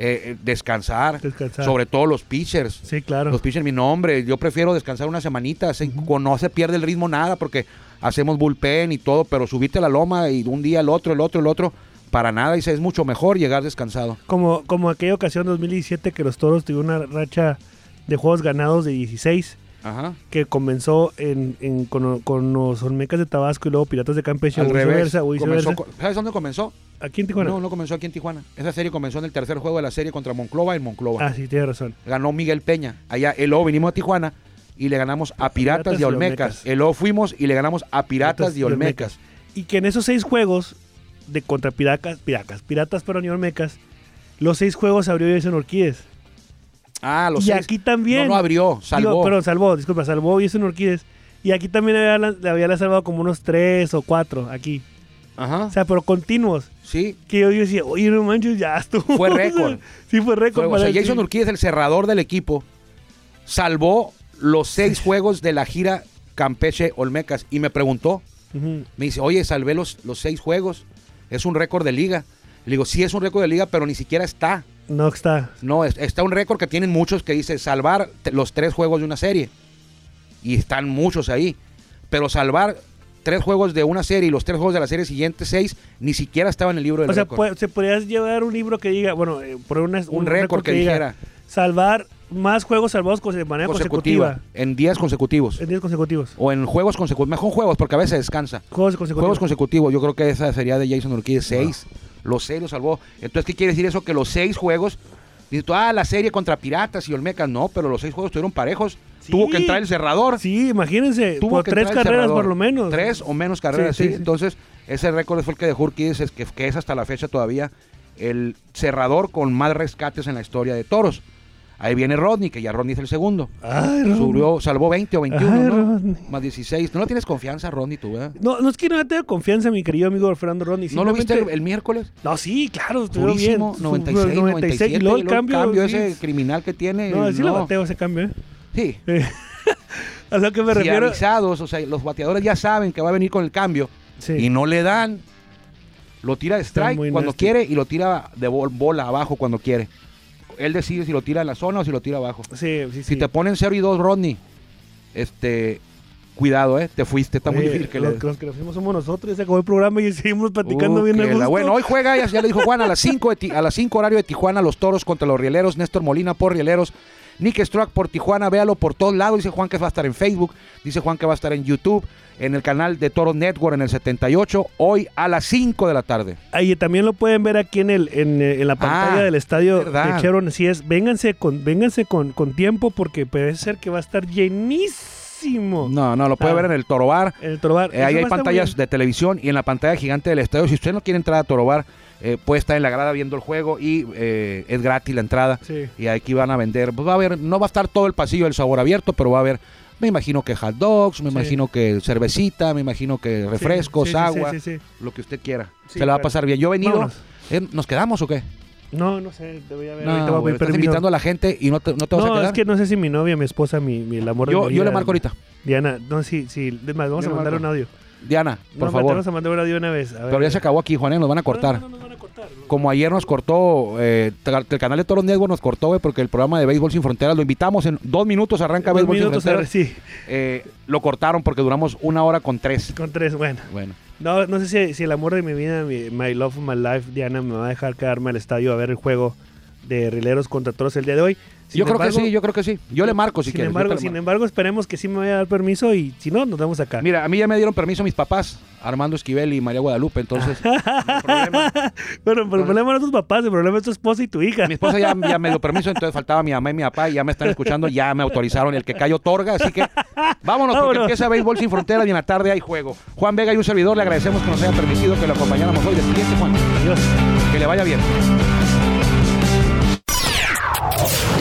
Speaker 2: Eh, eh, descansar.
Speaker 1: Descansar.
Speaker 2: Sobre todo los pitchers.
Speaker 1: Sí, claro.
Speaker 2: Los pitchers, mi nombre. Yo prefiero descansar una semanita. se- con- No se pierde el ritmo nada porque hacemos bullpen y todo, pero subirte a la loma y un día el otro, el otro, el otro, para nada. Y es mucho mejor llegar descansado.
Speaker 1: Como, como aquella ocasión 2017 que los toros tuvieron una racha de juegos ganados de 16
Speaker 2: Ajá.
Speaker 1: que comenzó en, en- con, con los Olmecas de Tabasco y luego Piratas de Campeche
Speaker 2: Al
Speaker 1: o
Speaker 2: revés.
Speaker 1: viceversa, o
Speaker 2: comenzó
Speaker 1: viceversa.
Speaker 2: co- ¿Sabes dónde comenzó?
Speaker 1: Aquí en Tijuana.
Speaker 2: No, no comenzó aquí en Tijuana. Esa serie comenzó en el tercer juego de la serie contra Monclova en Monclova.
Speaker 1: Ah, sí, tienes razón.
Speaker 2: Ganó Miguel Peña. Allá, el O vinimos a Tijuana y le ganamos a Piratas de Olmecas. El O fuimos y le ganamos a Piratas de Olmecas.
Speaker 1: Y que en esos seis juegos de contra Piracas, Piracas, Piratas pero y Olmecas, los seis juegos abrió Jason Orquídez.
Speaker 2: Ah, los
Speaker 1: y
Speaker 2: seis.
Speaker 1: aquí también.
Speaker 2: No, no abrió, salvó.
Speaker 1: Digo, perdón, salvó, disculpa, salvó Jason Orquídez. Y aquí también había la- le había salvado como unos tres o cuatro aquí.
Speaker 2: Ajá.
Speaker 1: O sea, pero continuos.
Speaker 2: sí.
Speaker 1: que yo decía, oye, no manches, ya estuvo.
Speaker 2: Fue récord.
Speaker 1: sí, fue récord.
Speaker 2: Fue- o
Speaker 1: para
Speaker 2: sea,
Speaker 1: el-
Speaker 2: Jason Urquía es el cerrador del equipo. Salvó los seis juegos de la gira Campeche Olmecas. Y me preguntó,
Speaker 1: Ujú.
Speaker 2: Me dice, oye, salvé los, los seis juegos. Es un récord de liga. Le digo, sí es un récord de liga, pero ni siquiera está.
Speaker 1: No, está.
Speaker 2: No, es- está un récord que tienen muchos que dice salvar te- los tres juegos de una serie. Y están muchos ahí. Pero salvar tres juegos de una serie y los tres juegos de la serie siguiente, seis, ni siquiera estaba en el libro del
Speaker 1: O sea,
Speaker 2: récord.
Speaker 1: puede- se podría llevar un libro que diga, bueno, eh, por una-
Speaker 2: un récord que dijera
Speaker 1: salvar más juegos salvados con- de manera
Speaker 2: consecutiva,
Speaker 1: consecutiva.
Speaker 2: en días consecutivos.
Speaker 1: En días consecutivos.
Speaker 2: O en juegos consecutivos. Mejor juegos, porque a veces descansa.
Speaker 1: Juegos consecutivos.
Speaker 2: Juegos consecutivos, yo creo que esa sería de Jason Urquide, seis. Los seis los salvó. Entonces, ¿qué quiere decir eso? Que los seis juegos. Dices tú, ah, la serie contra Piratas y Olmecas. No, pero los seis juegos estuvieron parejos.
Speaker 1: Sí.
Speaker 2: Tuvo que entrar el cerrador.
Speaker 1: Sí, imagínense,
Speaker 2: Tuvo
Speaker 1: por
Speaker 2: que
Speaker 1: tres
Speaker 2: entrar el
Speaker 1: carreras
Speaker 2: cerrador.
Speaker 1: por lo menos.
Speaker 2: Tres o menos carreras,
Speaker 1: Sí,
Speaker 2: sí.
Speaker 1: sí, sí.
Speaker 2: Entonces, ese récord fue el que dejó Urquide, es que, que es hasta la fecha todavía el cerrador con más rescates en la historia de toros. Ahí viene Rodney, que ya Rodney es el segundo.
Speaker 1: Ay, Ah, Rodney.
Speaker 2: Subió, salvó 20 o 21,
Speaker 1: Ay,
Speaker 2: ¿no?
Speaker 1: Rodney.
Speaker 2: Más 16. No lo tienes confianza, Rodney, tú, eh? ¿verdad?
Speaker 1: No, no es que no tenga confianza, mi querido amigo Fernando Rodney.
Speaker 2: ¿No lo viste el,
Speaker 1: simplemente-
Speaker 2: el miércoles?
Speaker 1: No, sí, claro, estuvo bien.
Speaker 2: Durísimo,
Speaker 1: Su-
Speaker 2: 96, 97.
Speaker 1: y
Speaker 2: Y
Speaker 1: luego el
Speaker 2: luego
Speaker 1: cambio. sí.
Speaker 2: ese criminal que tiene.
Speaker 1: No, sí lo
Speaker 2: no.
Speaker 1: bateo ese cambio, ¿eh?
Speaker 2: Sí.
Speaker 1: Eh, a lo que me
Speaker 2: Si
Speaker 1: refiero.
Speaker 2: avisados, o sea, los bateadores ya saben que va a venir con el cambio
Speaker 1: Sí.
Speaker 2: y no le dan. Lo tira de
Speaker 1: Está
Speaker 2: strike
Speaker 1: muy
Speaker 2: cuando
Speaker 1: nasty.
Speaker 2: quiere y lo tira de bol- bola abajo cuando quiere. Él decide si lo tira en la zona o si lo tira abajo.
Speaker 1: sí, sí, sí.
Speaker 2: Si te ponen 0 y 2, Rodney, este, cuidado, eh, te fuiste, está muy
Speaker 1: Oye,
Speaker 2: difícil que
Speaker 1: los,
Speaker 2: le-
Speaker 1: los que nos fuimos somos nosotros, ya se acabó el programa y seguimos platicando
Speaker 2: Uh,
Speaker 1: bien
Speaker 2: que
Speaker 1: a
Speaker 2: la-
Speaker 1: gusto.
Speaker 2: Bueno, hoy juega, ya, ya le dijo Juan, a las 5 a las 5 horario de Tijuana, los toros contra los rieleros, Néstor Molina por rieleros, Nick Struck por Tijuana, véalo por todos lados, dice Juan que va a estar en Facebook, dice Juan que va a estar en YouTube, en el canal de Toro Network en el 78, hoy a las 5 de la tarde.
Speaker 1: Ahí también lo pueden ver aquí en el en, eh, en la pantalla
Speaker 2: Ah,
Speaker 1: del estadio
Speaker 2: verdad.
Speaker 1: de Chevron. Así es, vénganse con vénganse con, con tiempo porque parece ser que va a estar llenísimo
Speaker 2: No, no, lo puede
Speaker 1: Ah.
Speaker 2: ver en el Toro Bar.
Speaker 1: en el Torobar.
Speaker 2: Eh, ahí hay pantallas de televisión y en la pantalla gigante del estadio. Si usted no quiere entrar a Torobar, eh, puede estar en la grada viendo el juego y eh, es gratis la entrada.
Speaker 1: Sí.
Speaker 2: Y aquí van a vender. Pues va a haber, no va a estar todo el pasillo del sabor abierto, pero va a haber, me imagino que hot dogs, me
Speaker 1: Sí.
Speaker 2: imagino que cervecita, me imagino que refrescos,
Speaker 1: sí, sí,
Speaker 2: agua,
Speaker 1: sí, sí,
Speaker 2: lo que usted quiera.
Speaker 1: Sí,
Speaker 2: Se la va a
Speaker 1: claro.
Speaker 2: pasar bien. Yo he venido.
Speaker 1: Vámonos.
Speaker 2: eh, ¿Nos quedamos o qué?
Speaker 1: No, no sé, te voy a ver.
Speaker 2: No,
Speaker 1: ahorita voy a
Speaker 2: güey,
Speaker 1: pedir
Speaker 2: estás
Speaker 1: permiso.
Speaker 2: invitando a la gente y no te, no te vas a
Speaker 1: No,
Speaker 2: quedar.
Speaker 1: es que no sé si mi novia, mi esposa, mi, mi el amor de
Speaker 2: yo,
Speaker 1: mi
Speaker 2: yo le
Speaker 1: vida,
Speaker 2: marco ahorita.
Speaker 1: Diana, no, sí, sí. Es más, vamos
Speaker 2: Yo
Speaker 1: a
Speaker 2: le
Speaker 1: mandar
Speaker 2: marco.
Speaker 1: un audio.
Speaker 2: Diana,
Speaker 1: No,
Speaker 2: por
Speaker 1: te
Speaker 2: favor.
Speaker 1: vamos a mandar un audio una vez. A ver.
Speaker 2: Pero ya se acabó aquí, Juan, eh, nos van a cortar.
Speaker 1: No, no, no, no van a cortar. no.
Speaker 2: como ayer nos cortó, eh, tra- el canal de Toros Network nos cortó, güey, porque el programa de Béisbol Sin Fronteras lo invitamos en dos minutos, arranca
Speaker 1: Dos
Speaker 2: Béisbol Sin
Speaker 1: minutos,
Speaker 2: Fronteras.
Speaker 1: sí,
Speaker 2: Eh, lo cortaron porque duramos una hora con tres.
Speaker 1: con tres, bueno.
Speaker 2: Bueno,
Speaker 1: No, no sé si, si el amor de mi vida, mi- my love of my life, Diana, me va a dejar quedarme al estadio a ver el juego de Rileros contra Toros el día de hoy. Sin
Speaker 2: yo creo
Speaker 1: embargo-
Speaker 2: que sí, yo creo que sí. Yo le marco si
Speaker 1: sin
Speaker 2: quieres. yo
Speaker 1: Embargo,
Speaker 2: te le
Speaker 1: sin em-
Speaker 2: marco.
Speaker 1: embargo, esperemos que sí me vaya a dar permiso y si no, nos vemos acá.
Speaker 2: Mira, a mí ya me dieron permiso mis papás, Armando Esquivel y María Guadalupe, entonces no hay problema.
Speaker 1: Bueno, pero el problema no es tus papás, el problema es tu esposa y tu hija.
Speaker 2: Mi esposa ya, ya me dio permiso, entonces faltaba mi mamá y mi papá y ya me están escuchando, ya me autorizaron el que cayó torga, así que vámonos porque
Speaker 1: Vámonos.
Speaker 2: empieza Béisbol Sin Fronteras y en la tarde hay juego. Juan Vega y un servidor le agradecemos que nos haya permitido que lo acompañáramos hoy. Despídete, Juan.
Speaker 1: Adiós.
Speaker 2: Que le vaya bien.